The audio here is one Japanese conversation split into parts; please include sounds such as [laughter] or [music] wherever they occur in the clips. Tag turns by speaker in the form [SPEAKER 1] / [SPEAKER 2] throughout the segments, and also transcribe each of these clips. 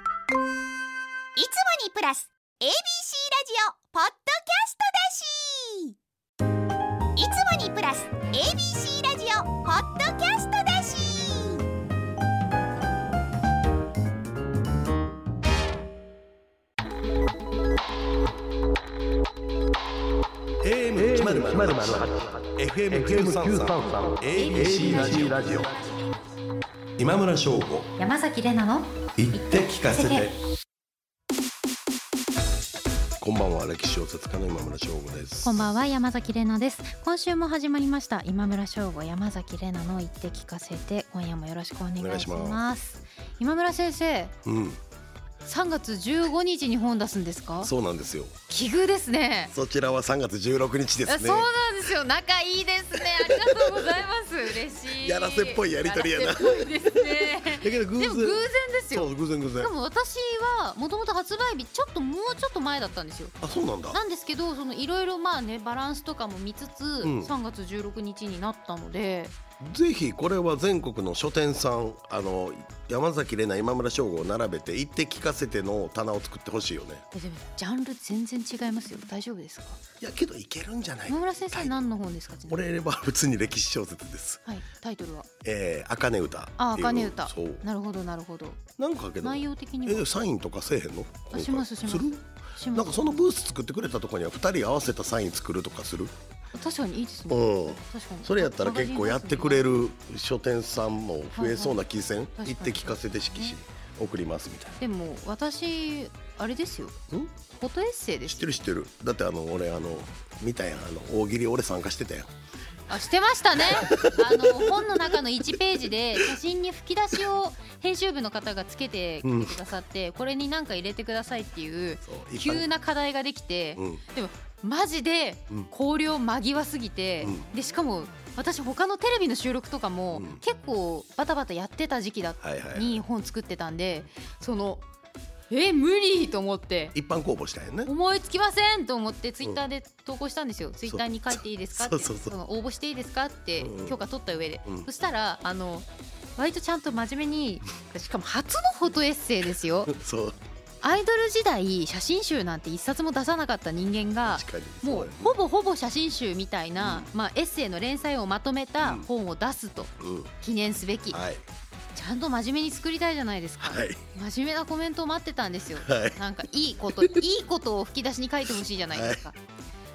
[SPEAKER 1] いつもにプラス ABC ラジオポッドキャストだしいつもにプラス ABC ラジオポッドキャストだし
[SPEAKER 2] 今村翔吾
[SPEAKER 3] 山崎れなの
[SPEAKER 2] 言って聞かせ
[SPEAKER 3] 聞か
[SPEAKER 2] てこんばんは歴史小説家の今村翔吾です
[SPEAKER 3] こんばんは山崎れなです今週も始まりました今村翔吾山崎れなの言って聞かせて今夜もよろしくお願いします
[SPEAKER 2] お願いし
[SPEAKER 3] 今村先生
[SPEAKER 2] うん
[SPEAKER 3] 3月15日に本出すんですか
[SPEAKER 2] そうなんですよ
[SPEAKER 3] 奇遇ですね
[SPEAKER 2] そちらは3月16日で
[SPEAKER 3] あ
[SPEAKER 2] す
[SPEAKER 3] そう
[SPEAKER 2] ね
[SPEAKER 3] なんですよ仲いいですねありがとうございます嬉しい
[SPEAKER 2] やらせっぽいやりとりやな
[SPEAKER 3] やらせっぽいですね
[SPEAKER 2] だけど偶
[SPEAKER 3] で
[SPEAKER 2] 然
[SPEAKER 3] も偶然です
[SPEAKER 2] そ
[SPEAKER 3] よ
[SPEAKER 2] う偶然偶
[SPEAKER 3] し
[SPEAKER 2] 然
[SPEAKER 3] かも私はもともと発売日ちょっともうちょっと前だったんですよ
[SPEAKER 2] あそうなんだ
[SPEAKER 3] なんですけどそのいろいろまあねバランスとかも見つつ、
[SPEAKER 2] ん
[SPEAKER 3] 3月16日になったので
[SPEAKER 2] ぜひこれは全国の書店さんあの山崎怜奈今村翔吾を並べて言って聞かせての棚を作ってほしいよね
[SPEAKER 3] えでもジャンル全然違いますよ大丈夫ですか
[SPEAKER 2] いやけどいけるんじゃない
[SPEAKER 3] 野村先生
[SPEAKER 2] はい
[SPEAKER 3] 何の本ですかちなみに
[SPEAKER 2] 俺は普通に歴史小説です
[SPEAKER 3] はいタイトルは
[SPEAKER 2] えー、茜歌っていう
[SPEAKER 3] あ茜歌
[SPEAKER 2] そう
[SPEAKER 3] なるほどなるほど
[SPEAKER 2] なんかけど
[SPEAKER 3] 内容的
[SPEAKER 2] え
[SPEAKER 3] には
[SPEAKER 2] ーサインとかせえへんの
[SPEAKER 3] あしますします
[SPEAKER 2] る
[SPEAKER 3] します
[SPEAKER 2] なんかそのブース作ってくれたとこには二人合わせたサイン作るとかする
[SPEAKER 3] 確かにいいです
[SPEAKER 2] う
[SPEAKER 3] ね
[SPEAKER 2] ん
[SPEAKER 3] 確かに
[SPEAKER 2] それやったら結構やってくれる書店さんも増えそうな気せん
[SPEAKER 3] はい
[SPEAKER 2] 行って聞かせて色紙送りますみたい
[SPEAKER 3] でも私あれですよ
[SPEAKER 2] な、ん、
[SPEAKER 3] フォトエッセイで
[SPEAKER 2] 知っ
[SPEAKER 3] す
[SPEAKER 2] てる知ってるだってあの俺あの見たやんあの大喜利俺参加してたやん
[SPEAKER 3] あしてましたねあの本の中の1ページで写真に吹き出しを編集部の方がつけてきてくださって、これに何か入れてくださいっていう
[SPEAKER 2] そう一般
[SPEAKER 3] 急な課題ができて、
[SPEAKER 2] うん
[SPEAKER 3] でもマジで
[SPEAKER 2] うん
[SPEAKER 3] 考慮間際すぎて、
[SPEAKER 2] うん
[SPEAKER 3] でしかも私他のテレビの収録とかも、
[SPEAKER 2] うん
[SPEAKER 3] 結構バタバタやってた時期だっ
[SPEAKER 2] はいはいはい
[SPEAKER 3] に本作ってたんでそのえ無理と思って
[SPEAKER 2] 一般公募したやんね
[SPEAKER 3] 思いつきませんと思ってツイッターで投稿したんですよ、ツイッターに書いていいですかって
[SPEAKER 2] そうそうそう
[SPEAKER 3] の応募していいですかって
[SPEAKER 2] うん
[SPEAKER 3] 許可取った上で、
[SPEAKER 2] うん
[SPEAKER 3] そしたらあの割とちゃんと真面目にしかも初のフォトエッセイで
[SPEAKER 2] [laughs]
[SPEAKER 3] すよ
[SPEAKER 2] そう
[SPEAKER 3] アイドル時代写真集なんて一冊も出さなかった人間が
[SPEAKER 2] 確かに
[SPEAKER 3] もうほぼほぼ写真集みたいな、まあ、エッセイの連載をまとめた本を出すと
[SPEAKER 2] そうやね
[SPEAKER 3] 記念すべき、
[SPEAKER 2] うんはい
[SPEAKER 3] ちゃんと真面目に作りたいじゃないですか、
[SPEAKER 2] はい
[SPEAKER 3] 真面目なコメントを待ってたんですよ
[SPEAKER 2] はい
[SPEAKER 3] なんかいいこといいことを吹き出しに書いてほしいじゃないですか。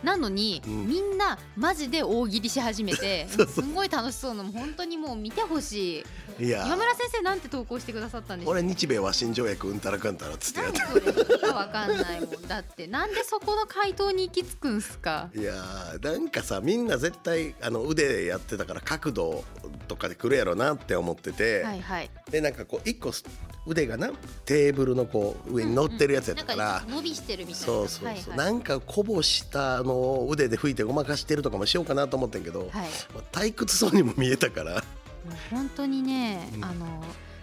[SPEAKER 3] なのに、
[SPEAKER 2] うん
[SPEAKER 3] みんなマジで大喜利し始めて
[SPEAKER 2] [laughs] そうそう
[SPEAKER 3] すんごい楽しそうなの本当にもう見てほしい
[SPEAKER 2] いやー
[SPEAKER 3] 今村先生なんて投稿してくださったんですか
[SPEAKER 2] 俺日米和親条約うんたらかんたらっつってや
[SPEAKER 3] な
[SPEAKER 2] っ
[SPEAKER 3] んで
[SPEAKER 2] た
[SPEAKER 3] それ意味がわかんないもんだってなんでそこの回答に行き着くんすか
[SPEAKER 2] いやーなんかさみんな絶対あの腕やってたから角度とかで来るやろなって思ってて、
[SPEAKER 3] はいはい
[SPEAKER 2] でなんかこう一個す腕がなテーブルのこう上に乗ってるやつやったから。
[SPEAKER 3] なんか伸びしてるみたいな
[SPEAKER 2] そうそうそう、
[SPEAKER 3] はいはい
[SPEAKER 2] なんかこぼしたのを腕で拭いてごまかしてるとかもしようかなと思ってんけど、
[SPEAKER 3] はい
[SPEAKER 2] まあ退屈そうにも見えたから
[SPEAKER 3] もう本当にね、
[SPEAKER 2] うん
[SPEAKER 3] あの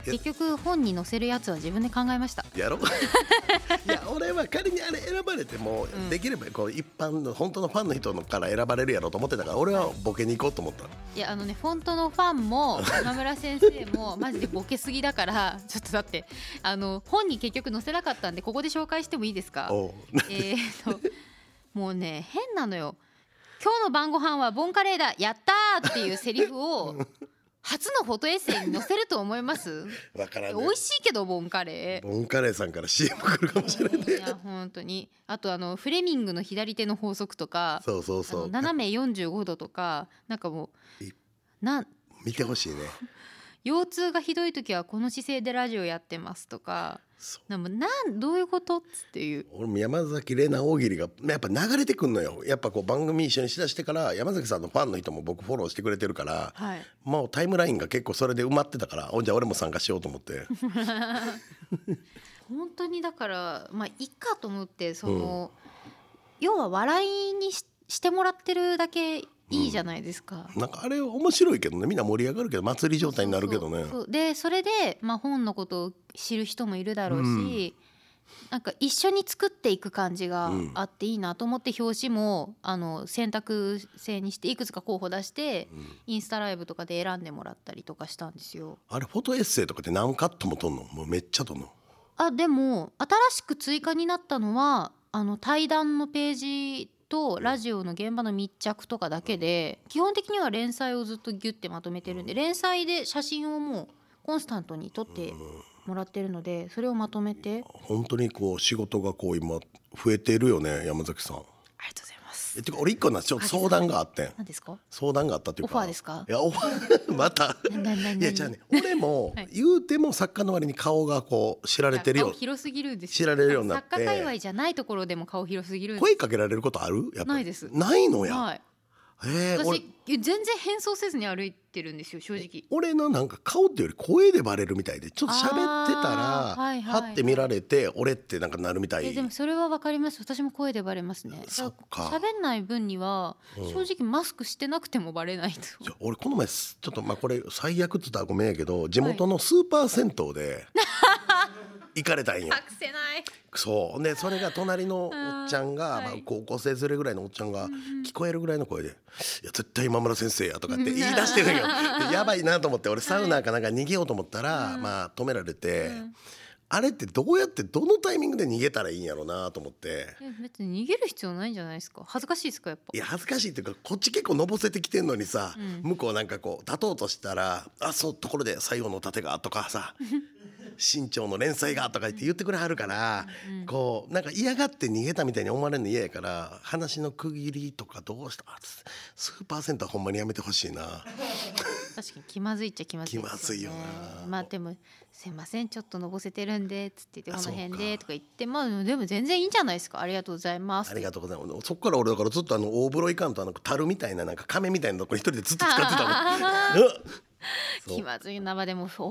[SPEAKER 2] いや
[SPEAKER 3] 結局本に載せるやつは自分で考えました [laughs]
[SPEAKER 2] やろいや俺は仮にあれ選ばれても、
[SPEAKER 3] うん
[SPEAKER 2] できればこう一般の本当のファンの人のから選ばれるやろうと思ってたから俺はボケに行こうと思った、
[SPEAKER 3] いやあのねフォントのファン
[SPEAKER 2] [laughs]
[SPEAKER 3] も今村先生もマジでボケすぎだからちょっとだってあの本に結局載せなかったんでここで紹介してもいいですか
[SPEAKER 2] おう [laughs]
[SPEAKER 3] えー、ともうね変なのよ今日の晩ご飯はボンカレーだやったーっていうセリフを初のフォトエッセイに載せると思います
[SPEAKER 2] わからん、ね
[SPEAKER 3] 美味しいけどボンカレー
[SPEAKER 2] ボンカレーさんから CM 来るかもしれない。
[SPEAKER 3] [laughs] いや本当にあとあのフレミングの左手の法則とか
[SPEAKER 2] そうそうそ
[SPEAKER 3] あの
[SPEAKER 2] う。
[SPEAKER 3] 斜め45度とかなんかもう
[SPEAKER 2] い
[SPEAKER 3] なん
[SPEAKER 2] 見てほしいね。
[SPEAKER 3] 腰痛がひどい時はこの姿勢でラジオやってますとか
[SPEAKER 2] そう
[SPEAKER 3] なんかなんどういうことっていう
[SPEAKER 2] 俺も山崎怜奈大喜利がやっぱ流れてくんのよやっぱこう番組一緒にしだしてから山崎さんのファンの人も僕フォローしてくれてるから
[SPEAKER 3] はい
[SPEAKER 2] もうタイムラインが結構それで埋まってたからおじゃあ俺も参加しようと思
[SPEAKER 3] [laughs]
[SPEAKER 2] って
[SPEAKER 3] 本当にだからまあいいかと思ってその、要は笑いにししてもらってるだけいいじゃないですか。
[SPEAKER 2] なんかあれ面白いけどねみんな盛り上がるけど祭り状態になるけどね
[SPEAKER 3] そうそうでそれで、まあ、本のことを知る人もいるだろうし、なんか一緒に作っていく感じが
[SPEAKER 2] うん
[SPEAKER 3] あっていいなと思って表紙もあの選択制にしていくつか候補出して
[SPEAKER 2] うん
[SPEAKER 3] インスタライブとかで選んでもらったりとかしたんですよ。
[SPEAKER 2] あれフォトエッセイとかって何カットも撮んのもうめっちゃ撮んの
[SPEAKER 3] ああでも新しく追加になったのはあの対談のページとラジオの現場の密着とかだけで基本的には連載をずっとギュッてまとめてるんで連載で写真をもうコンスタントに撮ってもらってるのでそれをまとめて
[SPEAKER 2] 本当にこう仕事がこう今増えてるよね山崎さん
[SPEAKER 3] ありがとうございます
[SPEAKER 2] えてか俺一個なちょっと相談があってん
[SPEAKER 3] 何ですか
[SPEAKER 2] 相談があったっていうか
[SPEAKER 3] オファーですか
[SPEAKER 2] いやオファー [laughs] また
[SPEAKER 3] ななないな
[SPEAKER 2] やじゃあね俺も
[SPEAKER 3] はい
[SPEAKER 2] 言うても作家の割に顔がこう知られてる
[SPEAKER 3] 顔
[SPEAKER 2] よ
[SPEAKER 3] 広すぎるんです
[SPEAKER 2] 知られるようになって
[SPEAKER 3] 作家界隈じゃないところでも顔広すぎるんです
[SPEAKER 2] 声かけられることあるやっぱり
[SPEAKER 3] ないです
[SPEAKER 2] ないのや、
[SPEAKER 3] はい
[SPEAKER 2] えー、俺
[SPEAKER 3] 私全然変装せずに歩いてるんですよ正直
[SPEAKER 2] 俺のなんか顔っていうより声でバレるみたいでちょっと喋ってたら
[SPEAKER 3] あーはいはい
[SPEAKER 2] はって見られて俺ってなんかなるみたい
[SPEAKER 3] えでもそれはわかります私も声でバレますね
[SPEAKER 2] そっか
[SPEAKER 3] 喋んない分には
[SPEAKER 2] うん
[SPEAKER 3] 正直マスクしてなくてもバレないと、
[SPEAKER 2] いや俺この前すちょっとまあこれ最悪っつったらごめんやけど地元のスーパー銭湯
[SPEAKER 3] [laughs]
[SPEAKER 2] で行かれたんよ、
[SPEAKER 3] 隠せない
[SPEAKER 2] そうでそれが隣のおっちゃんが
[SPEAKER 3] あー
[SPEAKER 2] まあ
[SPEAKER 3] はい
[SPEAKER 2] 高校生連れぐらいのおっちゃんが
[SPEAKER 3] うんうん
[SPEAKER 2] 聞こえるぐらいの声で「いや絶対今村先生や」とかって言い出してるんよ
[SPEAKER 3] [laughs]
[SPEAKER 2] でやばいなと思って俺サウナかなんか逃げようと思ったら
[SPEAKER 3] うん
[SPEAKER 2] まあ止められて
[SPEAKER 3] うん
[SPEAKER 2] あれってどうやってどのタイミングで逃げたらいいんやろうなと思って。
[SPEAKER 3] え別に逃げる必要ないんじゃないですか恥ずかしいですかやっぱ
[SPEAKER 2] いや恥ずかしいっていうかこっち結構のぼせてきてんのにさ、
[SPEAKER 3] うん
[SPEAKER 2] 向こうなんかこう立とうとしたら「あそうところで最後の盾が」とかさ「身長の連載が」とか言って言ってくれはるから、
[SPEAKER 3] うん
[SPEAKER 2] こうなんか嫌がって逃げたみたいに思われるの嫌やから話の区切りとかどうしたあススーパーセントはほんまにやめてほしいな
[SPEAKER 3] 確かに気まずいっちゃ気まずいですね、
[SPEAKER 2] 気まずいよな
[SPEAKER 3] まあでも「すいませんちょっとのぼせてるんで」つって言って「
[SPEAKER 2] あ
[SPEAKER 3] この辺
[SPEAKER 2] そう
[SPEAKER 3] で」
[SPEAKER 2] か
[SPEAKER 3] とか言ってまあでも全然いいんじゃないですかありがとうございます
[SPEAKER 2] ありがとうございますそっから俺だからずっとあの大風呂いかんとあの樽みたいななんか亀みたいなとこ一人でずっと使ってたの。
[SPEAKER 3] [laughs] あー
[SPEAKER 2] うんそう
[SPEAKER 3] 気まずいなまあでもお風呂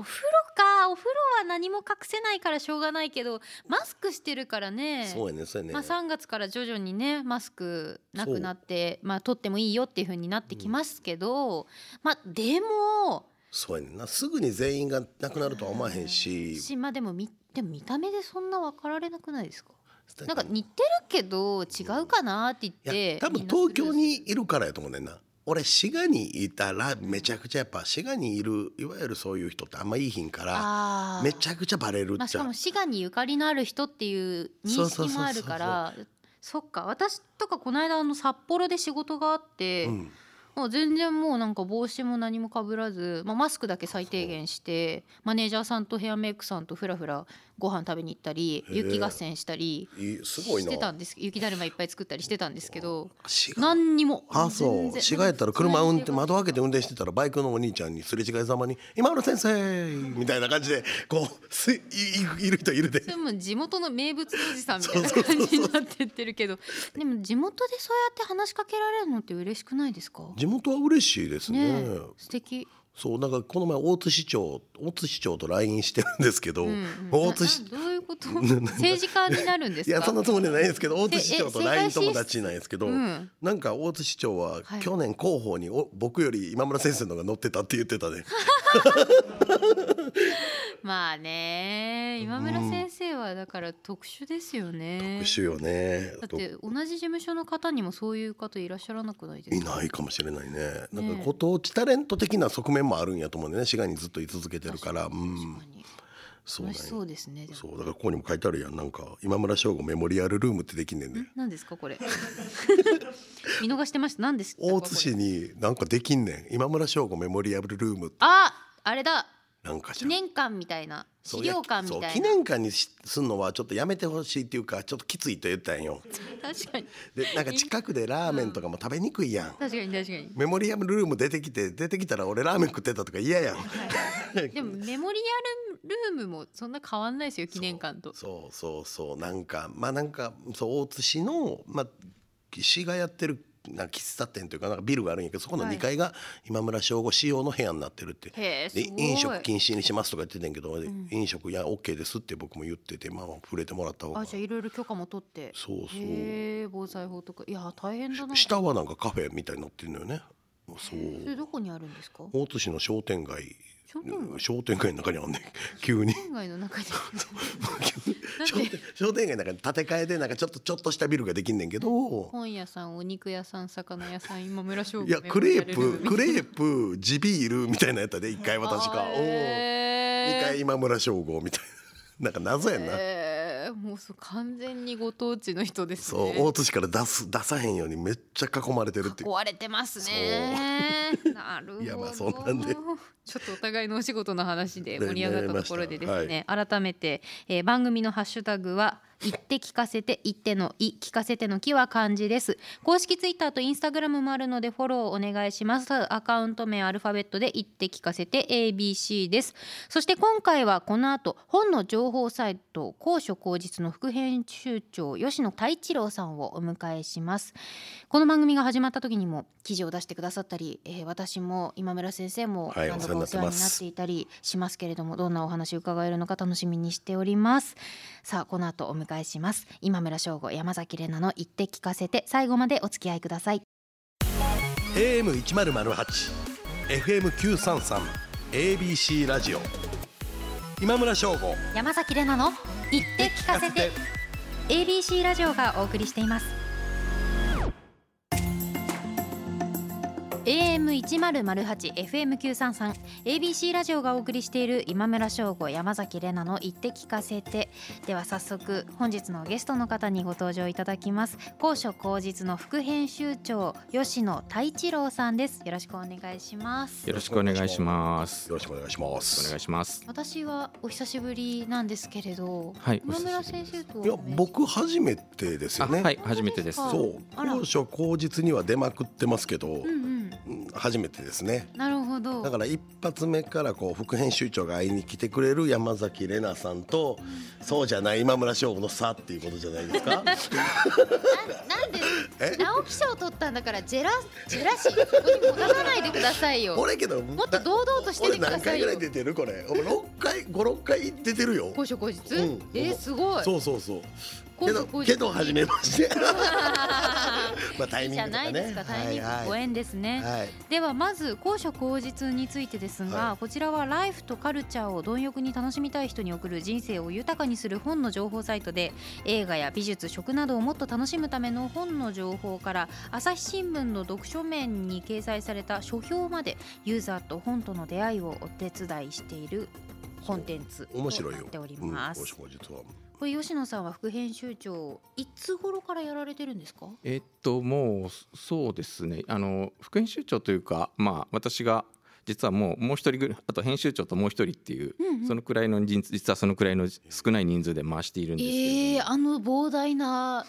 [SPEAKER 3] かお風呂は何も隠せないからしょうがないけどマスクしてるからね
[SPEAKER 2] そうやねそうやね、
[SPEAKER 3] まあ、3月から徐々にねマスクなくなって、まあ、取ってもいいよっていう風になってきますけど、まあでも
[SPEAKER 2] そうやねんなすぐに全員がなくなるとは思わへんし
[SPEAKER 3] しまあでもみでも見た目でそんな分かられなくないですかなんか似てるけど違うかなって言っ
[SPEAKER 2] いや
[SPEAKER 3] て
[SPEAKER 2] 多分
[SPEAKER 3] みんなスルー
[SPEAKER 2] 東京にいるからやと思うねんな俺滋賀にいたらめちゃくちゃやっぱ滋賀にいるいわゆるそういう人ってあんまいいひんから
[SPEAKER 3] あー
[SPEAKER 2] めちゃくちゃバレる
[SPEAKER 3] まあ、
[SPEAKER 2] っ
[SPEAKER 3] し
[SPEAKER 2] ちゃ
[SPEAKER 3] か
[SPEAKER 2] う
[SPEAKER 3] も滋賀にゆかりのある人っていう認識もあるからそっか私とかこの間あの札幌で仕事があって、
[SPEAKER 2] うん
[SPEAKER 3] もう全然もうなんか帽子も何もかぶらず、まあ、マスクだけ最低限してマネージャーさんとヘアメイクさんとふらふらご飯食べに行ったり
[SPEAKER 2] へえ
[SPEAKER 3] 雪合戦したり
[SPEAKER 2] いいすごい
[SPEAKER 3] してた
[SPEAKER 2] なん
[SPEAKER 3] です雪だるまいっぱい作ったりしてたんですけど
[SPEAKER 2] 滋賀
[SPEAKER 3] 何にも
[SPEAKER 2] あそ
[SPEAKER 3] 全
[SPEAKER 2] う
[SPEAKER 3] 然
[SPEAKER 2] 滋賀やったら車運転
[SPEAKER 3] 全然
[SPEAKER 2] 窓開けて運転してたらバイクのお兄ちゃんにすれ違いざまに「今村先生!」みたいな感じでこうすいいいる人いるで
[SPEAKER 3] それも地元の名物おじさんみたいな感じになってってるけどでも地元でそうやって話しかけられるのって嬉しくないですか
[SPEAKER 2] 地元は嬉しいです
[SPEAKER 3] ね
[SPEAKER 2] ね
[SPEAKER 3] え素敵
[SPEAKER 2] そうなんかこの前大津市長大津市長と LINE してるんですけど、
[SPEAKER 3] うんうん
[SPEAKER 2] 大津市
[SPEAKER 3] ななどういうこ
[SPEAKER 2] [laughs]
[SPEAKER 3] と
[SPEAKER 2] なな
[SPEAKER 3] 政治家になるんです
[SPEAKER 2] い
[SPEAKER 3] か
[SPEAKER 2] やそんなつもりはないですけど大津市長と
[SPEAKER 3] ええ
[SPEAKER 2] LINE
[SPEAKER 3] 正解
[SPEAKER 2] 友達なんですけど、
[SPEAKER 3] うん
[SPEAKER 2] なんか大津市長は
[SPEAKER 3] はい
[SPEAKER 2] 去年広報にお僕より今村先生のが乗ってたって言ってたね
[SPEAKER 3] まあね今村先生はだから特殊ですよね、
[SPEAKER 2] 特殊よね
[SPEAKER 3] だって同じ事務所の方にもそういう方いらっしゃらなくないで
[SPEAKER 2] い
[SPEAKER 3] すか
[SPEAKER 2] ないかもしれないねなん
[SPEAKER 3] ね
[SPEAKER 2] か
[SPEAKER 3] え
[SPEAKER 2] ご当地タレント的な側面もあるんやと思うんでね滋賀にずっと居続けてるからう
[SPEAKER 3] 確
[SPEAKER 2] ん
[SPEAKER 3] かに
[SPEAKER 2] そうなん
[SPEAKER 3] 楽し
[SPEAKER 2] や
[SPEAKER 3] そうですねでも
[SPEAKER 2] そうだからここにも書いてあるやんなんか今村翔吾メモリアルルームってできんねんで、
[SPEAKER 3] ん何です
[SPEAKER 2] [laughs]
[SPEAKER 3] かこれ見逃してました何ですか
[SPEAKER 2] 大津市
[SPEAKER 3] これ
[SPEAKER 2] になんかできんねん今村翔吾メモリアルルーム
[SPEAKER 3] ああれだ
[SPEAKER 2] なんかじ
[SPEAKER 3] 記
[SPEAKER 2] ゃん
[SPEAKER 3] 念館みたいな
[SPEAKER 2] そう
[SPEAKER 3] 資料館
[SPEAKER 2] や
[SPEAKER 3] みた
[SPEAKER 2] そう
[SPEAKER 3] い
[SPEAKER 2] 記
[SPEAKER 3] な
[SPEAKER 2] 念館にしすんのはちょっとやめてほしいっていうかちょっときついと言ったんよ
[SPEAKER 3] 確かに
[SPEAKER 2] で
[SPEAKER 3] [laughs]
[SPEAKER 2] なんか近くでラーメンとかも食べにくいやん、
[SPEAKER 3] 確かに確かに
[SPEAKER 2] メモリアムルーム出てきて出てきたら俺ラーメン食ってたとか嫌やん
[SPEAKER 3] でもメモリアルルームもそんな変わんないですよ記念館と
[SPEAKER 2] そうそうそうなんかまあなんかそう大津市の、まあ、市がやってるなんか喫茶店というかなんかビルがあるんやけどそこの
[SPEAKER 3] はい
[SPEAKER 2] 2階が今村翔吾仕様の部屋になってるって。
[SPEAKER 3] へえす
[SPEAKER 2] で
[SPEAKER 3] ごい
[SPEAKER 2] 飲食禁止にしますとか言ってたんやけど、
[SPEAKER 3] ん
[SPEAKER 2] 飲食いや OK ですって僕も言っててまあまあ触れてもらった方が
[SPEAKER 3] あじゃあいろいろ許可も取って
[SPEAKER 2] そうそう
[SPEAKER 3] へえ防災法とかいや大変だな
[SPEAKER 2] 下はなんかカフェみたいになってるのよねそ
[SPEAKER 3] それ
[SPEAKER 2] う
[SPEAKER 3] どこにあるんですか
[SPEAKER 2] 大津市の商店街
[SPEAKER 3] 商店街
[SPEAKER 2] 商店街の中にあんねん急に
[SPEAKER 3] 商店街
[SPEAKER 2] [laughs]
[SPEAKER 3] の中になん
[SPEAKER 2] 商店
[SPEAKER 3] で
[SPEAKER 2] 商店街の中に建て替えでなんかちょっとちょっとしたビルができんねんけど
[SPEAKER 3] 本屋さんお肉屋さん魚屋さん今村商
[SPEAKER 2] いやクレープクレープ地ビールみたいなやったで1階は確かおお2階今村翔吾みたい [laughs] なんか謎やんな、
[SPEAKER 3] えー、もうそう完全にご当地の人です
[SPEAKER 2] そう
[SPEAKER 3] ね
[SPEAKER 2] 大津市から出す出さへんようにめっちゃ囲まれてるっていう
[SPEAKER 3] 壊れてますね。なるほど。
[SPEAKER 2] いやまあそんなんで
[SPEAKER 3] ちょっとお互いのお仕事の話で盛り上がったところでです
[SPEAKER 2] ねな
[SPEAKER 3] ね、改めて、えー番組のハッシュタグは言って聞かせて言ってのい聞かせてのきは漢字です。公式ツイッターとインスタグラムもあるのでフォローお願いします。アカウント名アルファベットで言って聞かせて ABC です。そして今回はこの後本の情報サイト高所高実の副編集長吉野太一郎さんをお迎えしますこの番組が始まった時にも記事を出してくださったり、えー私も今村先生も
[SPEAKER 2] はい
[SPEAKER 3] 何度かお
[SPEAKER 2] お
[SPEAKER 3] 世
[SPEAKER 2] 世話に
[SPEAKER 3] 話にな
[SPEAKER 2] な
[SPEAKER 3] っ
[SPEAKER 2] ってて
[SPEAKER 3] いたりしますけれどもどんなお話伺えるのか楽しみにしておりますさあこの後お迎えします今村翔吾山崎怜奈の言って聞かせて最後までお付き合いください
[SPEAKER 2] AM1008FM933 ABC ラジオ今村翔吾
[SPEAKER 3] 山崎怜奈の言って聞かせて ABC ラジオがお送りしています AM1008 FM933 ABC ラジオがお送りしている今村翔吾山崎怜奈の言って聞かせてでは早速本日のゲストの方にご登場いただきます高所高実の副編集長吉野太一郎さんですよろしくお願いします
[SPEAKER 4] よろしくお願いします。
[SPEAKER 2] よろしくお願いしま
[SPEAKER 4] お願
[SPEAKER 2] す
[SPEAKER 4] いします。
[SPEAKER 3] 私はお久しぶりなんですけれど
[SPEAKER 4] はい。
[SPEAKER 3] 今
[SPEAKER 4] お
[SPEAKER 3] 村
[SPEAKER 4] 久しぶり
[SPEAKER 3] 先
[SPEAKER 4] です
[SPEAKER 3] 生とはい
[SPEAKER 2] や僕初めてですよ
[SPEAKER 4] あ、
[SPEAKER 2] ね、
[SPEAKER 4] はい、初めてです。
[SPEAKER 3] 本当
[SPEAKER 2] そう
[SPEAKER 3] あら
[SPEAKER 2] 高所高実には出まくってますけど、
[SPEAKER 3] うんうん
[SPEAKER 2] うん初めてですね
[SPEAKER 3] なるほど
[SPEAKER 2] だから一発目からこう副編集長が会いに来てくれる山崎怜奈さんと、そうじゃない今村翔吾の差っていうことじゃないです
[SPEAKER 3] [laughs]
[SPEAKER 2] か
[SPEAKER 3] ななんで
[SPEAKER 2] え
[SPEAKER 3] 直木賞を取ったんだからジェラジェラシーそこにもがかないでくださいよ
[SPEAKER 2] 俺けど
[SPEAKER 3] もっと堂々としててください
[SPEAKER 2] 俺何回ぐ
[SPEAKER 3] よ
[SPEAKER 2] らい出てるこれ俺6回56回出てるよ
[SPEAKER 3] 高所高実、
[SPEAKER 2] うん
[SPEAKER 3] えー、すごい
[SPEAKER 2] そうそうそう
[SPEAKER 3] 高
[SPEAKER 2] け
[SPEAKER 3] 所
[SPEAKER 2] ど
[SPEAKER 3] 高実
[SPEAKER 2] けど初
[SPEAKER 3] [laughs]
[SPEAKER 2] めまして [laughs] まあタイ
[SPEAKER 3] いい
[SPEAKER 2] ミン
[SPEAKER 3] じゃ
[SPEAKER 2] グとか
[SPEAKER 3] ないです
[SPEAKER 2] ね
[SPEAKER 3] か、タイミング
[SPEAKER 2] はい
[SPEAKER 3] ご
[SPEAKER 2] はい
[SPEAKER 3] 縁ですね、
[SPEAKER 2] はい
[SPEAKER 3] ではまず高所高実についてですが、
[SPEAKER 2] は
[SPEAKER 3] こちらはライフとカルチャーを貪欲に楽しみたい人に送る人生を豊かにする本の情報サイトで映画や美術食などをもっと楽しむための本の情報から朝日新聞の読書面に掲載された書評までユーザーと本との出会いをお手伝いしているコンテンツと
[SPEAKER 2] 面白い
[SPEAKER 3] なっ
[SPEAKER 2] よ
[SPEAKER 3] ており
[SPEAKER 2] うん
[SPEAKER 3] ます、
[SPEAKER 2] もしも実は
[SPEAKER 3] これ吉野さんは副編集長いつ頃からやられてるんですか
[SPEAKER 4] えっと、もう、そうですね。あの、副編集長というか、まあ、私が。実はもう、もう一人ぐらい、あと編集長ともう一人っていう。
[SPEAKER 3] うんうん
[SPEAKER 4] そのくらいの人数、実はそのくらいの少ない人数で回しているんですけ
[SPEAKER 3] ええ
[SPEAKER 4] れども。
[SPEAKER 3] あの膨大な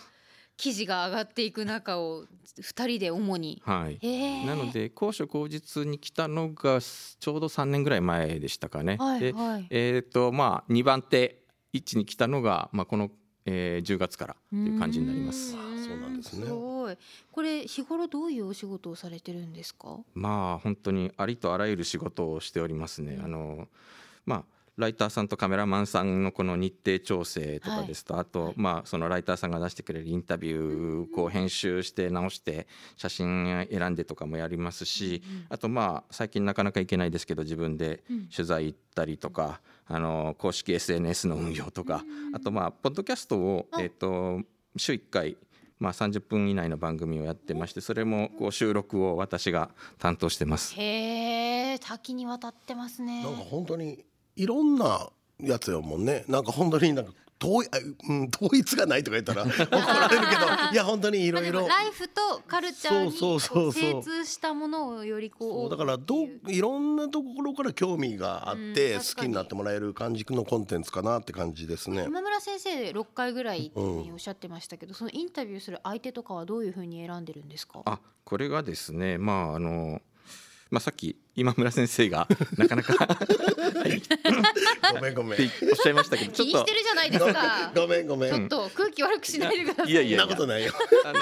[SPEAKER 3] 記事が上がっていく中を二人で主に。
[SPEAKER 4] はい。
[SPEAKER 3] ええ
[SPEAKER 4] なので高所高実に来たのがちょうど3年ぐらい前でしたかね。
[SPEAKER 3] はい
[SPEAKER 4] で
[SPEAKER 3] はい。
[SPEAKER 4] えーとまあ、2番手位置に来たのが、まあ、この、えー10月からっていう感じになります
[SPEAKER 3] う。
[SPEAKER 2] あそうなんですね
[SPEAKER 3] すごい。これ日頃どういうお仕事をされてるんですか。
[SPEAKER 4] まあ本当にありとあらゆる仕事をしておりますね。あのまあライターさんとカメラマンさんのこの日程調整とかですと、あ
[SPEAKER 3] はい
[SPEAKER 4] と、まあ、そのライターさんが出してくれるインタビューをこう編集して直して写真選んでとかもやりますし、あとまあ最近なかなか行けないですけど自分で
[SPEAKER 3] うん
[SPEAKER 4] 取材行ったりとか、あの公式 SNS の運用とか、あとまあポッドキャストを、
[SPEAKER 3] あ
[SPEAKER 4] えっと週1回、まあ、30分以内の番組をやってましてそれもこう収録を私が担当してます。
[SPEAKER 3] へえ、多岐にわたってますね
[SPEAKER 2] な。んか本当にいろんなやつやもんねなんか本当になんか統一,あ、うん、統一がないとか言ったら [laughs] 怒られるけどいや本当にい
[SPEAKER 3] まあ
[SPEAKER 2] ろい
[SPEAKER 3] でも
[SPEAKER 2] ろ
[SPEAKER 3] ライフとカルチャーに
[SPEAKER 2] そうそうそうそう
[SPEAKER 3] こう精通したものをよりこ
[SPEAKER 2] そう
[SPEAKER 3] う
[SPEAKER 2] だからどういろんなところから興味があっ
[SPEAKER 3] う
[SPEAKER 2] て
[SPEAKER 3] ん
[SPEAKER 2] 好きになってもらえる感じのコンテンツかなって感じです
[SPEAKER 3] [laughs]
[SPEAKER 2] ね。
[SPEAKER 3] 今村先生6回ぐらいっていうふうにおっしゃってましたけど、そのインタビューする相手とかはどういうふうに選んでるんですか
[SPEAKER 4] あこれがですねまああのまあ、さっき今村先生が [laughs] な
[SPEAKER 3] [laughs]
[SPEAKER 4] かなかっ
[SPEAKER 2] ごめんごめん
[SPEAKER 4] ておっしゃいましたけどち
[SPEAKER 3] 気
[SPEAKER 4] ょっ
[SPEAKER 3] に
[SPEAKER 4] と
[SPEAKER 3] してるじゃないですか
[SPEAKER 2] [laughs] ごめんごめん。
[SPEAKER 3] ち
[SPEAKER 2] そ
[SPEAKER 3] ょっ
[SPEAKER 2] ん
[SPEAKER 3] と空気悪くしないでください
[SPEAKER 4] いやいや
[SPEAKER 2] なことないよ。
[SPEAKER 4] あの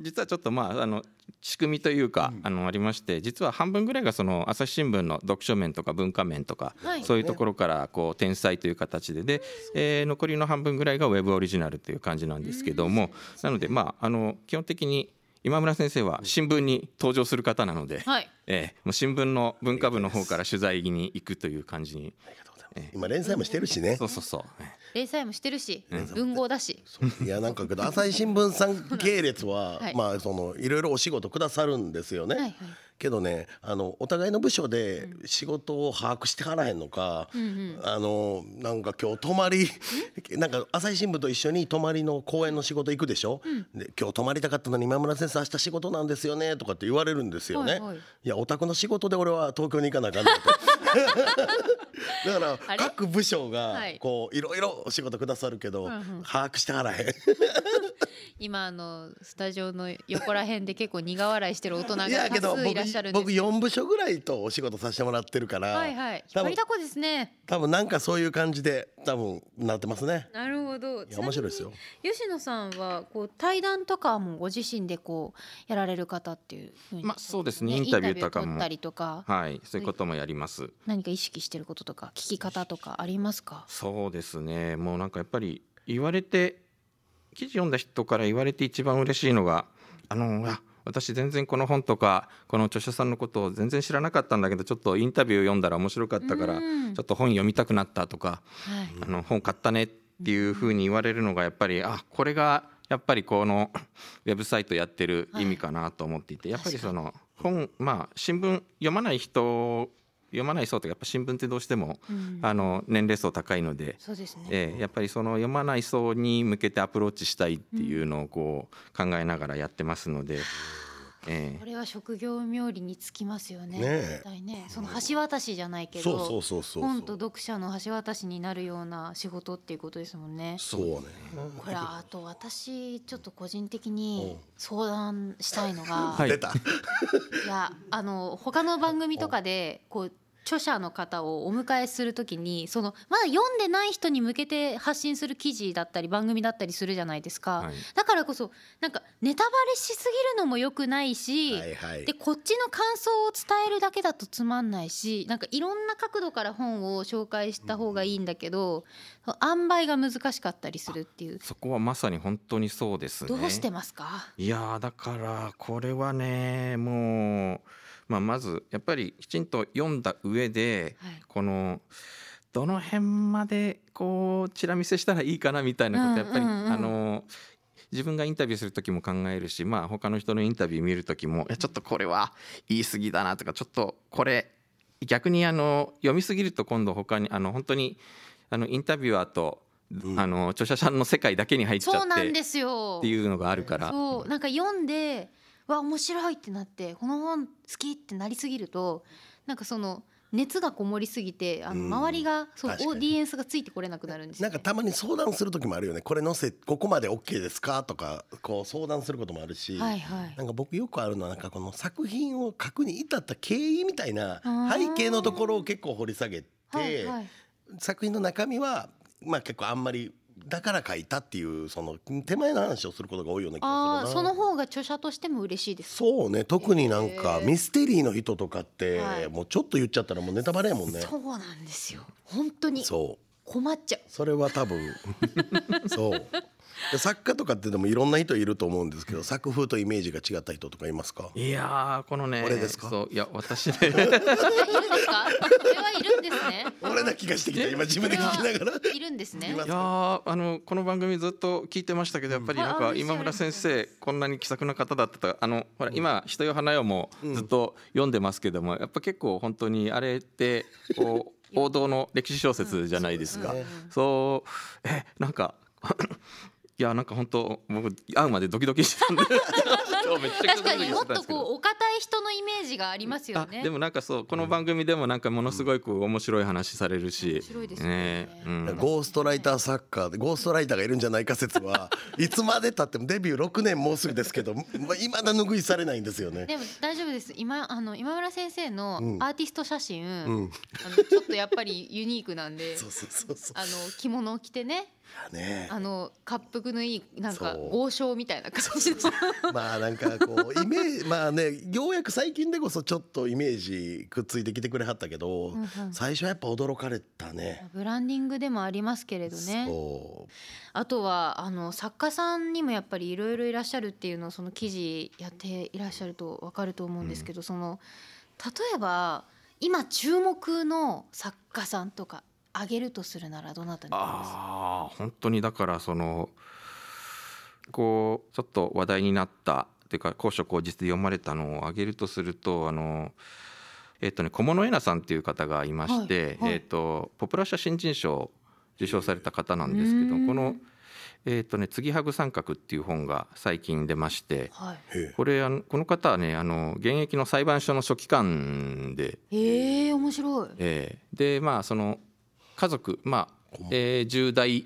[SPEAKER 4] 実はちょっとまああの仕組みというか、あのありまして実は半分ぐらいがその朝日新聞の読書面とか文化面とか、
[SPEAKER 3] はい
[SPEAKER 4] そういうところからこう転載という形でで、えー残りの半分ぐらいがウェブオリジナルという感じなんですけども、なのでまああの基本的に今村先生は新聞に登場する方なので、
[SPEAKER 3] はい
[SPEAKER 4] ええもう新聞の文化部の方から取材に行くという感じに
[SPEAKER 2] 今連載もしてるしね
[SPEAKER 4] そ。うそうそうえ
[SPEAKER 3] 連載もしてるし
[SPEAKER 2] 連載も
[SPEAKER 3] 文豪だし
[SPEAKER 2] いやなんかけど朝日新聞さん系列は、
[SPEAKER 3] はい
[SPEAKER 2] まあそのいろいろお仕事くださるんですよね。
[SPEAKER 3] はいはい
[SPEAKER 2] けどねあのお互いの部署で仕事を把握してはらへんのか、
[SPEAKER 3] うんうん
[SPEAKER 2] あのなんか今日泊まりなんか朝日新聞と一緒に泊まりの公演の仕事行くでしょ、で今日泊まりたかったのに今村先生明日仕事なんですよねとかって言われるんですよね。
[SPEAKER 3] はい
[SPEAKER 2] い
[SPEAKER 3] はい
[SPEAKER 2] やお宅の仕事で俺は東京に行かなあかんなと [laughs] だか
[SPEAKER 3] [laughs] あ
[SPEAKER 2] ら
[SPEAKER 3] れ
[SPEAKER 2] 各部署が
[SPEAKER 3] はい
[SPEAKER 2] こういろいろお仕事くださるけど、
[SPEAKER 3] うんうん
[SPEAKER 2] 把握してはらへん。
[SPEAKER 3] 今あのスタジオの横ら辺で結構苦笑いしてる大人が
[SPEAKER 2] いやけど
[SPEAKER 3] 多数いらっしゃるん
[SPEAKER 2] 僕
[SPEAKER 3] です
[SPEAKER 2] 僕4部署ぐらいとお仕事させてもらってるから、
[SPEAKER 3] はいはい
[SPEAKER 2] 多
[SPEAKER 3] 引っ張
[SPEAKER 2] 分
[SPEAKER 3] りだこですね
[SPEAKER 2] 多分なんかそういう感じで多分なってますね。
[SPEAKER 3] なるほど
[SPEAKER 2] いや面白いですよ。
[SPEAKER 3] 吉野さんはこう対談とかもご自身でこうやられる方っていうふうに
[SPEAKER 4] まあそうですね
[SPEAKER 3] ね
[SPEAKER 4] インタビューとかも
[SPEAKER 3] インタビ取ったりとか
[SPEAKER 4] はい、そういうこともやります。
[SPEAKER 3] 何か意識してることとか聞き方とかありますか
[SPEAKER 4] そうですね。もうなんかやっぱり言われて記事読んだ人から言われて一番嬉しいのがあのあ私全然この本とかこの著者さんのことを全然知らなかったんだけどちょっとインタビュー読んだら面白かったから
[SPEAKER 3] う
[SPEAKER 4] ち
[SPEAKER 3] ん
[SPEAKER 4] ょっと本読みたくなったとか
[SPEAKER 3] はい
[SPEAKER 4] あの本買ったねっていうふうに言われるのがやっぱりあこれがやっぱりこのウェブサイトやってる意味かなと思っていて、やっぱりその本まあ新聞読まない人読まない層というかやっぱ新聞ってどうしても、
[SPEAKER 3] うん
[SPEAKER 4] あの年齢層高いので、
[SPEAKER 3] そうですね
[SPEAKER 4] ええやっぱりその読まない層に向けてアプローチしたいっていうのをこう考えながらやってますので、え
[SPEAKER 3] これは職業冥利につきますよ
[SPEAKER 2] ね
[SPEAKER 3] ね
[SPEAKER 2] え
[SPEAKER 3] 絶対ねその橋渡しじゃないけど
[SPEAKER 2] そうそうそうそう。
[SPEAKER 3] 本と読者の橋渡しになるような仕事っていうことですもんね
[SPEAKER 2] そうね。
[SPEAKER 3] これあと私ちょっと個人的に相談したいのが、
[SPEAKER 4] [laughs] は
[SPEAKER 2] [laughs]
[SPEAKER 4] い
[SPEAKER 2] 出た。
[SPEAKER 3] いやあの他の番組とかでこう著者の方をお迎えするときにそのまだ読んでない人に向けて発信する記事だったり番組だったりするじゃないですか、
[SPEAKER 4] はい
[SPEAKER 3] だからこそなんかネタバレしすぎるのも良くないし、
[SPEAKER 2] はいはい
[SPEAKER 3] で。こっちの感想を伝えるだけだとつまんないしなんかいろんな角度から本を紹介した方がいいんだけど、塩梅が難しかったりするっていう
[SPEAKER 4] えそこはまさに本当にそうですね。
[SPEAKER 3] どうしてますか、
[SPEAKER 4] いやーだからこれはねもう、まあ、まずやっぱりきちんと読んだ上で、
[SPEAKER 3] はい
[SPEAKER 4] このどの辺までこうチラ見せしたらいいかなみたいなことやっぱり、
[SPEAKER 3] うんうんうん
[SPEAKER 4] あの自分がインタビューする時も考えるし、まあ、他の人のインタビュー見る時もいやちょっとこれは言い過ぎだなとかちょっとこれ逆にあの読みすぎると今度他にあの本当にあのインタビュアーと、
[SPEAKER 2] うん
[SPEAKER 4] あの著者さんの世界だけに入っちゃ
[SPEAKER 3] そう
[SPEAKER 4] っ
[SPEAKER 3] なん
[SPEAKER 4] て
[SPEAKER 3] で
[SPEAKER 4] っ
[SPEAKER 3] すよ
[SPEAKER 4] ていうのがあるから。
[SPEAKER 3] そうなんか読んでわ面白いってなってこの本好きってなりすぎるとなんかその熱がこもりすぎてあの
[SPEAKER 2] うん
[SPEAKER 3] 周りがそうオ
[SPEAKER 2] 確かに
[SPEAKER 3] ーディエンスがついてこれなくなるんです
[SPEAKER 2] な
[SPEAKER 3] よ、
[SPEAKER 2] んか
[SPEAKER 3] ね、
[SPEAKER 2] たまに相談する時もあるよね。これ載せここまで OK ですかとかこう相談することもあるし。
[SPEAKER 3] はいはい
[SPEAKER 2] なんか僕よくあるのはなんかこの作品を書くに至った経緯みたいな
[SPEAKER 3] あ
[SPEAKER 2] 背
[SPEAKER 3] ー
[SPEAKER 2] 景のところを結構掘り下げて、
[SPEAKER 3] はいはい
[SPEAKER 2] 作品の中身はまあ結構あんまりだから書いたっていうその手前の話をすることが多いような気
[SPEAKER 3] あ
[SPEAKER 2] が
[SPEAKER 3] あ
[SPEAKER 2] す
[SPEAKER 3] そ
[SPEAKER 2] る
[SPEAKER 3] の
[SPEAKER 2] な。
[SPEAKER 3] 方が著者としても嬉しいです
[SPEAKER 2] そうね特になんか
[SPEAKER 3] へー
[SPEAKER 2] ミステリーの人とかって、
[SPEAKER 3] はい
[SPEAKER 2] もうちょっと言っちゃったらもうネタバレやもんね。
[SPEAKER 3] そうなんですよ本当に
[SPEAKER 2] そう
[SPEAKER 3] 困っ
[SPEAKER 2] [laughs]
[SPEAKER 3] ちゃう
[SPEAKER 2] それは多分そうで作家とかってでもいろんな人いると思うんですけど作風とイメージが違った人とかいますか
[SPEAKER 4] いやーこのね
[SPEAKER 2] 俺ですか
[SPEAKER 4] そういや私ね
[SPEAKER 3] えいるんですかこれはいるんですね
[SPEAKER 2] 俺な気がしてきた今自分で聞きながら
[SPEAKER 3] いるんですね
[SPEAKER 2] いま
[SPEAKER 4] いやーあのこの番組ずっと聞いてましたけどやっぱり
[SPEAKER 3] うん
[SPEAKER 4] なん
[SPEAKER 3] あ
[SPEAKER 4] か
[SPEAKER 3] 嬉しい
[SPEAKER 4] 今村先生こんなに気さくな方だったとあのほら今「人よ花よ」もずっと読んでますけどもやっぱ結構本当にあれってこ [laughs] う王道の歴史小説じゃないですか
[SPEAKER 2] うんそうで。
[SPEAKER 4] そうえなんか [laughs] いやなんか本当僕会うまでドキドキして [laughs] たんで今日めっちゃドキ
[SPEAKER 3] 確か
[SPEAKER 4] ドキ
[SPEAKER 3] に
[SPEAKER 4] し
[SPEAKER 3] もって
[SPEAKER 4] たんで
[SPEAKER 3] と
[SPEAKER 4] すけど
[SPEAKER 3] こうお堅い人のイメージがありますよね
[SPEAKER 4] あでもなんかそうこの番組でもなんかものすごいこう面白い話されるし、
[SPEAKER 3] 面白いですよね
[SPEAKER 4] う
[SPEAKER 2] だから
[SPEAKER 4] ん、
[SPEAKER 2] ゴーストライター作家でゴーストライターがいるんじゃないか説はいつまでたってもデビュー6年もうすぐですけどいまだ拭いされないんですよね。
[SPEAKER 3] [laughs] でも大丈夫です今あの今村先生の
[SPEAKER 2] うん
[SPEAKER 3] アーティスト写真、
[SPEAKER 2] うん、
[SPEAKER 3] あのちょっとやっぱり [laughs] ユニークなんで
[SPEAKER 2] そうそうそうそ
[SPEAKER 3] あの着物を着てね
[SPEAKER 2] うね
[SPEAKER 3] あの滑覆のいいなんか
[SPEAKER 2] そう
[SPEAKER 3] 豪商みたいな感じの
[SPEAKER 2] まあなんかこうイメージまあねようやく最近でこそちょっとイメージくっついてきてくれはったけど、
[SPEAKER 3] [laughs] うんうん
[SPEAKER 2] 最初はやっぱ驚かれたね。
[SPEAKER 3] ブランディングでもありますけれどね
[SPEAKER 2] そう
[SPEAKER 3] あとはあの作家さんにもやっぱりいろいろいらっしゃるっていうのをその記事やっていらっしゃると分かると思うんですけど、その例えば今注目の作家さんとか挙げるとするならどなたになります
[SPEAKER 4] ああ本当にだからそのこうちょっと話題になったっていうか高所高実で読まれたのを挙げるとするとあのえっとね小物えなさんっていう方がいまして、
[SPEAKER 3] はいはい
[SPEAKER 4] えっとポプラ社新人賞を受賞された方なんですけど
[SPEAKER 3] うん
[SPEAKER 4] この「えっとね継ぎはぐ三角」っていう本が最近出まして
[SPEAKER 3] はい
[SPEAKER 2] へ
[SPEAKER 4] これあのこの方はねあの現役の裁判所の書記官で
[SPEAKER 3] ええ面白い。
[SPEAKER 4] えーでまあその家族まあ
[SPEAKER 2] こ、
[SPEAKER 4] えー10代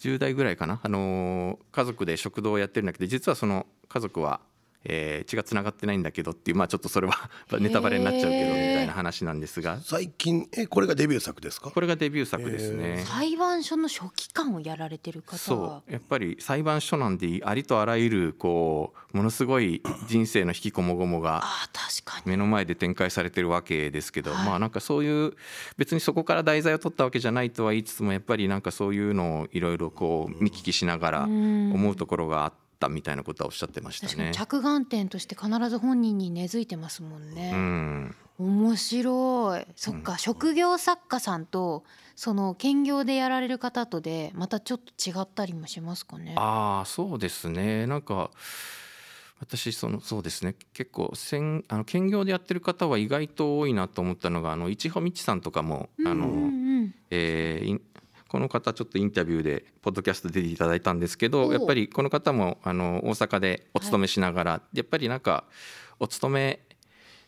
[SPEAKER 4] 10代ぐらいかな、あのー家族で食堂をやってるんだけど実はその家族は、えー血がつながってないんだけどっていうまあちょっとそれは [laughs] ネタバレになっちゃうけどみたいな話なんですが
[SPEAKER 2] え最近えこれがデビュー作ですか
[SPEAKER 4] これがデビュー作ですね。
[SPEAKER 3] 裁判所の書記官をやられてる方は
[SPEAKER 4] そうやっぱり裁判所なんでありとあらゆるこうものすごい人生の引きこもごもが
[SPEAKER 3] ああ確かに
[SPEAKER 4] 目の前で展開されてるわけですけど、
[SPEAKER 3] はい
[SPEAKER 4] まあなんかそういう別にそこから題材を取ったわけじゃないとは言いつつもやっぱりなんかそういうのをいろいろこう見聞きしながら
[SPEAKER 3] うん
[SPEAKER 4] 思うところがあったみたいなことはおっしゃってました
[SPEAKER 3] 確かに
[SPEAKER 4] ね。
[SPEAKER 3] 着眼点として必ず本人に根付いてますもん
[SPEAKER 4] う
[SPEAKER 3] ね、
[SPEAKER 4] ん、
[SPEAKER 3] 面白いそっか、職業作家さんとその兼業でやられる方とでまたちょっと違ったりもしますかね
[SPEAKER 4] ああそうですねなんか私そのそうですね結構せんあの兼業でやってる方は意外と多いなと思ったのがあの市穂道さんとかも、あの
[SPEAKER 3] うんうん
[SPEAKER 4] えーインこの方ちょっとインタビューでポッドキャスト出ていただいたんですけ
[SPEAKER 3] お
[SPEAKER 4] ど
[SPEAKER 3] う
[SPEAKER 4] やっぱりこの方もあの大阪でお勤めしながら、やっぱりなんかお勤め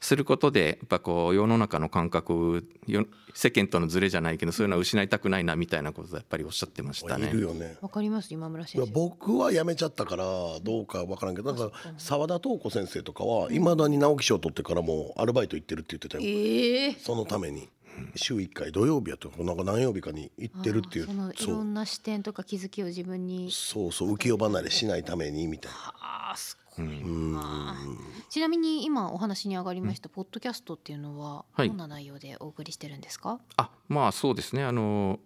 [SPEAKER 4] することでやっぱこう世の中の感覚よ世間とのズレじゃないけどそういうのは失いたくないなみたいなことをやっぱりおっしゃってました
[SPEAKER 2] い
[SPEAKER 4] ね
[SPEAKER 2] る。よね
[SPEAKER 3] わかります今村
[SPEAKER 2] いや
[SPEAKER 3] 先生
[SPEAKER 2] 僕は辞めちゃったからどうかわからんけどなんか
[SPEAKER 3] あそっか
[SPEAKER 2] 澤田東子先生とかはいまだに直木賞取ってからもアルバイト行ってるって言ってたよ
[SPEAKER 3] ええ
[SPEAKER 2] そのために週1回土曜日やとなんか何曜日かに行ってるってい
[SPEAKER 3] あーその
[SPEAKER 2] う
[SPEAKER 3] い
[SPEAKER 2] そ
[SPEAKER 3] ろ
[SPEAKER 2] うん
[SPEAKER 3] な視点とか気づきを自分に
[SPEAKER 2] そうそう浮世離れしないためにみたいな
[SPEAKER 3] ああすごいな、
[SPEAKER 2] うん
[SPEAKER 3] ちなみに今お話に上がりましたポッドキャストっていうのは
[SPEAKER 4] はい
[SPEAKER 3] どんな内容でお送りしてるんですか、
[SPEAKER 4] あまあそうですねあの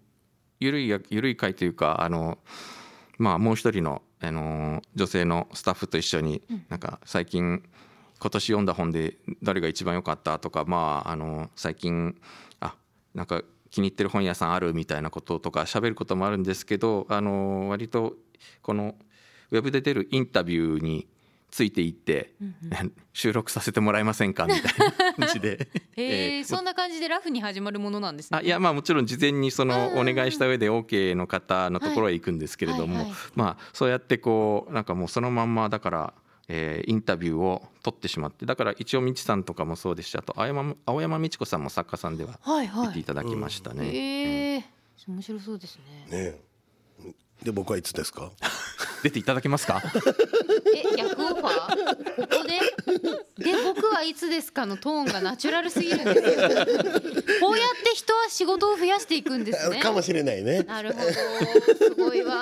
[SPEAKER 4] ゆるいやゆるい会というかあのまあもう一人のあの女性のスタッフと一緒に、なんか最近今年読んだ本で誰が一番良かったとかまああの最近あなんか気に入ってる本屋さんあるみたいなこととか喋ることもあるんですけどあの割とこのウェブで出るインタビューについていって、収録させてもらえませんかみたいな感じで。
[SPEAKER 3] へえ
[SPEAKER 4] えー
[SPEAKER 3] そんな感じでラフに始まるものなんですね
[SPEAKER 4] あいやまあもちろん事前にそ
[SPEAKER 3] うんうん
[SPEAKER 4] の
[SPEAKER 3] う
[SPEAKER 4] お
[SPEAKER 3] ん
[SPEAKER 4] 願いした上で OK の方のところへ行くんですけれども、
[SPEAKER 3] はいはいはい
[SPEAKER 4] まあそうやってこうなんかもうそのまんまだから、えーインタビューを取ってしまってだから一応みちさんとかもそうですしあと青山青山美智子さんも作家さんでは
[SPEAKER 3] はいは
[SPEAKER 4] 出てい
[SPEAKER 3] い
[SPEAKER 4] ただきましたね。
[SPEAKER 3] ええ面白そうですね
[SPEAKER 2] ねで僕はいつです
[SPEAKER 3] [laughs]
[SPEAKER 2] か
[SPEAKER 4] 出ていただけますか
[SPEAKER 3] え逆オファーここでで僕はいつですかのトーンがナチュラルすぎるんですよこうやって人は仕事を増やしていくんです
[SPEAKER 2] [laughs]
[SPEAKER 3] ね
[SPEAKER 2] かもしれないね
[SPEAKER 3] なるほどすごいわー、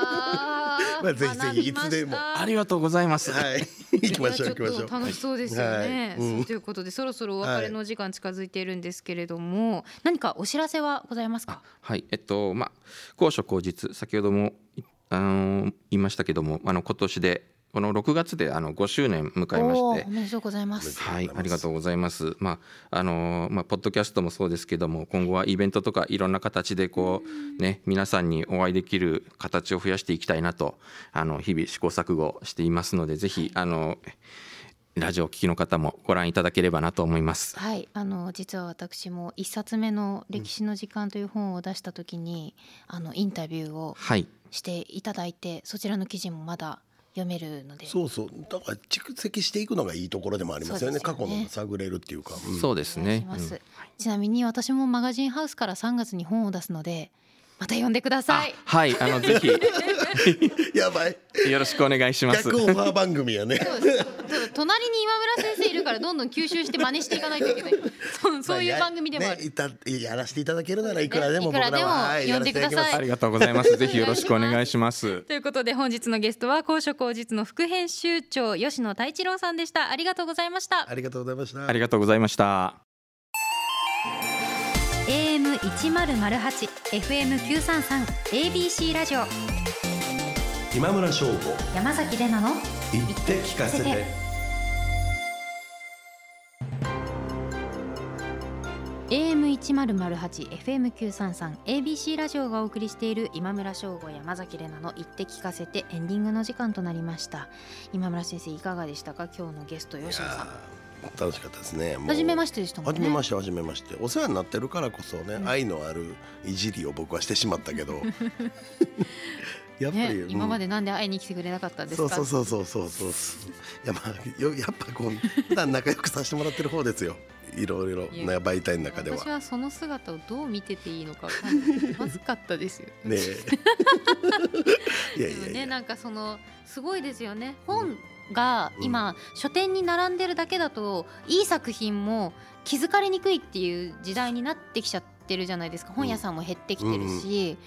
[SPEAKER 2] まあぜひぜひいつでも
[SPEAKER 4] ありがとうございます。
[SPEAKER 2] はい
[SPEAKER 3] [laughs]
[SPEAKER 2] 行きましょう行きましょ
[SPEAKER 3] これはちょっと楽
[SPEAKER 2] う
[SPEAKER 3] しそうですよね。
[SPEAKER 2] はいうん
[SPEAKER 3] そうということでそろそろお別れのお時間近づいているんですけれども、何かお知らせはございますか。
[SPEAKER 4] はい、えっと、まあ、高所高実、先ほども、いあのー言いましたけども、あの、今年で。この6月で、あの、5周年迎えま
[SPEAKER 3] お
[SPEAKER 4] して
[SPEAKER 3] ーお。めでとうございま。
[SPEAKER 2] おめですとう
[SPEAKER 4] はい、ありがとうございます。まあ、あのーまあ、ポッドキャストもそうですけども、今後はイベントとかいろんな形でこう、ね、皆さんにお会いできる形を増やしていきたいなと、あの、日々試行錯誤していますので、ぜひ、あのラジオを聴きの方もご覧いただければなと思います。
[SPEAKER 3] はい、あの実は私も一冊目の歴史の時間という本を出した時に、あのインタビューを
[SPEAKER 4] はい。
[SPEAKER 3] していただいて、そちらの記事もまだ読めるので。
[SPEAKER 2] そうそうだから蓄積していくのがいいところでもありますよね
[SPEAKER 3] そうです
[SPEAKER 2] 過去
[SPEAKER 3] よね
[SPEAKER 2] のも探れるっていうか、うん
[SPEAKER 4] そうです
[SPEAKER 3] お願い
[SPEAKER 4] ね
[SPEAKER 3] し。ま
[SPEAKER 4] うん
[SPEAKER 3] す。ちなみに私もマガジンハウスから3月に本を出すので、また読んでくださ
[SPEAKER 4] あ
[SPEAKER 3] い。
[SPEAKER 4] はい、あの、ぜひ、
[SPEAKER 2] やばい
[SPEAKER 4] よろしくお願いします
[SPEAKER 2] 逆。オファー番組やね
[SPEAKER 3] そうですそう隣に今村先生いるからどんどん吸収して真似していかないといけない [laughs] そうそういう番組でもある、
[SPEAKER 2] ね、いたやらせていただけるならいくらでも僕らは、
[SPEAKER 3] いくらでも
[SPEAKER 2] はい
[SPEAKER 3] 呼んでください
[SPEAKER 2] やらせてたきます
[SPEAKER 4] ありがとうございます。ぜひよろしくお願いします。
[SPEAKER 3] ということで本日のゲストは高所高実の副編集長吉野太一郎さんでしたありがとうございました
[SPEAKER 2] ありがとうございました
[SPEAKER 4] ありがとうございました。
[SPEAKER 3] AM 一ゼロゼ八 FM 九三三 ABC ラジオ
[SPEAKER 2] 今村翔吾
[SPEAKER 3] 山崎れなの
[SPEAKER 2] 言って聞か
[SPEAKER 3] せて AM 一 1008FM933ABC ラジオがお送りしている今村翔吾山崎怜奈の「言って聞かせて」エンディングの時間となりました今村先生いかがでしたか今日のゲスト吉野さん
[SPEAKER 2] 楽しかったですねもう
[SPEAKER 3] 初めましてでしたもんね
[SPEAKER 2] 初めまして初めましてお世話になってるからこそね、愛のあるいじりを僕はしてしまった
[SPEAKER 3] [laughs]
[SPEAKER 2] けどやっぱり、
[SPEAKER 3] ね
[SPEAKER 2] う、ん
[SPEAKER 3] 今までなんで会いに来てくれなかったんです
[SPEAKER 2] そ
[SPEAKER 3] か
[SPEAKER 2] うそうそうそうそうそういやまあよやっぱこう普段仲良くさせてもらってる方ですよいろいろ
[SPEAKER 3] い
[SPEAKER 2] な
[SPEAKER 3] や
[SPEAKER 2] 媒体の中では
[SPEAKER 3] 私はその姿をどう見てていいのかわかんないまずかったですよ [laughs]
[SPEAKER 2] ねえいや
[SPEAKER 3] でも
[SPEAKER 2] いや
[SPEAKER 3] ね
[SPEAKER 2] い
[SPEAKER 3] な
[SPEAKER 2] や
[SPEAKER 3] んかそのすごいですよね本が今、書店に並んでるだけだといい作品も気づかれにくいっていう時代になってきちゃってるじゃないですか本屋さんも減ってきてるし、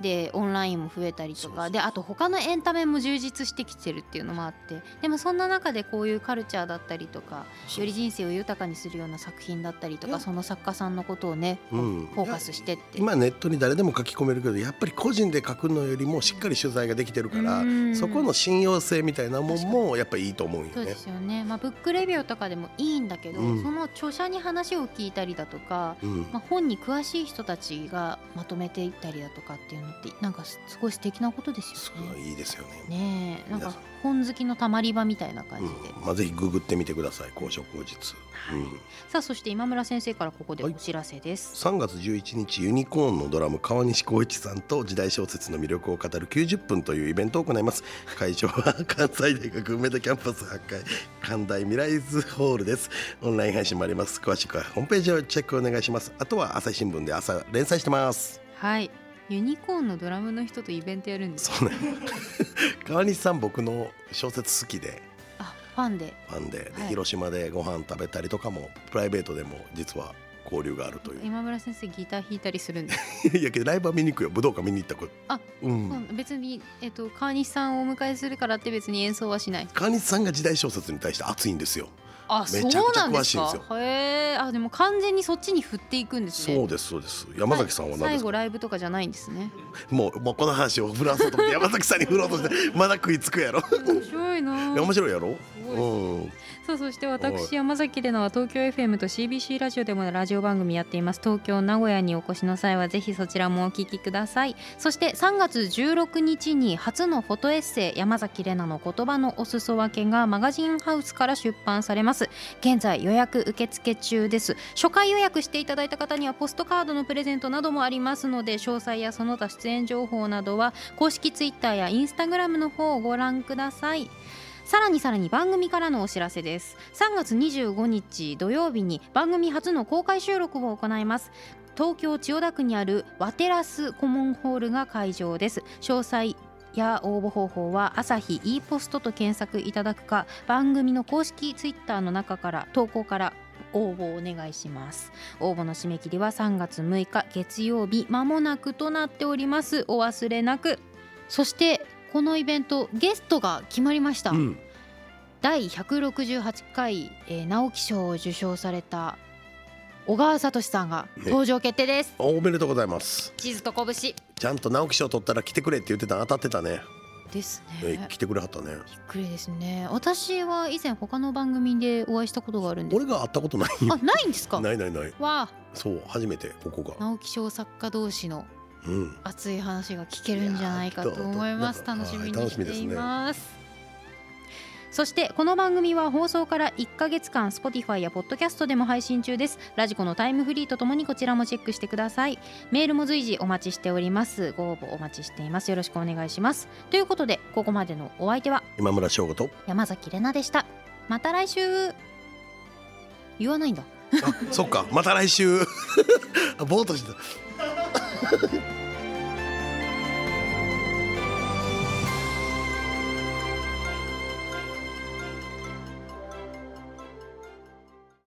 [SPEAKER 3] でオンラインも増えたりと
[SPEAKER 2] そうそうそ
[SPEAKER 3] か
[SPEAKER 2] う
[SPEAKER 3] であと他のエンタメも充実してきてるっていうのもあってでもそんな中でこういうカルチャーだったりとかより人生を豊かにするような作品だったりとかその作家さんのことをね、
[SPEAKER 2] うん
[SPEAKER 3] フォーカスしてって。
[SPEAKER 2] 今ネットに誰でも書き込めるけどやっぱり個人で書くのよりもしっかり取材ができてるから
[SPEAKER 3] うん
[SPEAKER 2] そこの信用性みたいなもんもやっぱりいいと思うんよ
[SPEAKER 3] そう
[SPEAKER 2] ね
[SPEAKER 3] で。すよね、まあ、ブックレビューとかでもいいんだけど、
[SPEAKER 2] うん
[SPEAKER 3] その著者に話を聞いたりだとか、
[SPEAKER 2] うん
[SPEAKER 3] まあ、本に詳しい人たちがまとめていったりだとかっていうのってなんかすすごい素敵なことです
[SPEAKER 2] そ
[SPEAKER 3] よ
[SPEAKER 2] う
[SPEAKER 3] ね。
[SPEAKER 2] いいですよね。
[SPEAKER 3] ねえなん
[SPEAKER 2] 皆
[SPEAKER 3] か
[SPEAKER 2] さん
[SPEAKER 3] 本好きのたまり場みたいな感じで、
[SPEAKER 2] うんまあ、ぜひググってみてください高所口実、うん、
[SPEAKER 3] さあそして今村先生からここでお知らせです。
[SPEAKER 2] 3月11日ユニコーンのドラム川西光一さんと時代小説の魅力を語る90分というイベントを行います会場は関西大学梅田キャンパス8階関大未来図ホールですオンライン配信もあります詳しくはホームページをチェックお願いしますあとは朝日新聞で朝連載してます
[SPEAKER 3] はいユニコーンのドラムの人とイベントやるんです
[SPEAKER 2] そうね川西さん僕の小説好きで
[SPEAKER 3] あファンで
[SPEAKER 2] ファンでで
[SPEAKER 3] はい
[SPEAKER 2] 広島でご飯食べたりとかもプライベートでも実は交流があるという
[SPEAKER 3] 今村先生ギター弾いたりするんです
[SPEAKER 2] [laughs] いやけどライブは見に行くよ武道館見に行ったこと
[SPEAKER 3] あ
[SPEAKER 2] うん、
[SPEAKER 3] うん別に、えっと、川西さんをお迎えするからって別に演奏はしない
[SPEAKER 2] 川西さんが時代小説に対して熱いんですよ
[SPEAKER 3] あ
[SPEAKER 2] めちゃくちゃ詳しいんですよ
[SPEAKER 3] そうなんかへえあでも完全にそっちに振っていくんですね
[SPEAKER 2] そうですそうです山崎さんは何
[SPEAKER 3] 最
[SPEAKER 2] ですか、
[SPEAKER 3] 後ライブとかじゃないんですね
[SPEAKER 2] もうもうこの話を振らそうと思って山崎さんに振ろうとしてまだ食いつくやろ
[SPEAKER 3] 面白いない
[SPEAKER 2] や面白いやろ
[SPEAKER 3] ごい
[SPEAKER 2] うん
[SPEAKER 3] さあそして私山崎でのは東京 FM と CBC ラジオでもラジオ番組やっています東京名古屋にお越しの際はぜひそちらもお聞きくださいそして3月16日に初のフォトエッセイ山崎怜奈の言葉のお裾分けがマガジンハウスから出版されます現在予約受付中です初回予約していただいた方にはポストカードのプレゼントなどもありますので詳細やその他出演情報などは公式ツイッターやインスタグラムの方をご覧くださいさらにさらに番組からのお知らせです3月25日土曜日に番組初の公開収録を行います東京千代田区にあるワテラスコモンホールが会場です詳細や応募方法は朝日 e ポストと検索いただくか番組の公式ツイッターの中から投稿から応募をお願いします応募の締め切りは3月6日月曜日まもなくとなっておりますお忘れなくそしてこのイベントゲストが決まりました、
[SPEAKER 2] うん
[SPEAKER 3] 第168回、えー、直木賞を受賞された小川聡さんが登場決定です、
[SPEAKER 2] おめでとうございます
[SPEAKER 3] 地図と拳
[SPEAKER 2] ちゃんと直木賞取ったら来てくれって言ってたの当たってたね、
[SPEAKER 3] です
[SPEAKER 2] え
[SPEAKER 3] ね
[SPEAKER 2] 来てくれはったね
[SPEAKER 3] びっくりですね私は以前他の番組でお会いしたことがあるんです
[SPEAKER 2] 俺が会ったことない
[SPEAKER 3] あ
[SPEAKER 2] よ
[SPEAKER 3] ないんですか
[SPEAKER 2] ないないない
[SPEAKER 3] わあ
[SPEAKER 2] そう初めてここが
[SPEAKER 3] 直木賞作家同士の
[SPEAKER 2] うん
[SPEAKER 3] 熱い話が聞けるんじゃないかと思います
[SPEAKER 2] いやー
[SPEAKER 3] 楽
[SPEAKER 2] きっ
[SPEAKER 3] し
[SPEAKER 2] と
[SPEAKER 3] み
[SPEAKER 2] はい
[SPEAKER 3] に
[SPEAKER 2] 楽しみ
[SPEAKER 3] し
[SPEAKER 2] で
[SPEAKER 3] て
[SPEAKER 2] すね
[SPEAKER 3] いますそしてこの番組は放送から1ヶ月間 Spotify や Podcast でも配信中ですラジコのタイムフリーとともにこちらもチェックしてくださいメールも随時お待ちしておりますご応募お待ちしていますよろしくお願いしますということでここまでのお相手は
[SPEAKER 2] 今村翔吾と
[SPEAKER 3] 山崎れなでしたまた来週言わないんだ
[SPEAKER 2] [laughs] あそっかまた来週ぼーっとしてた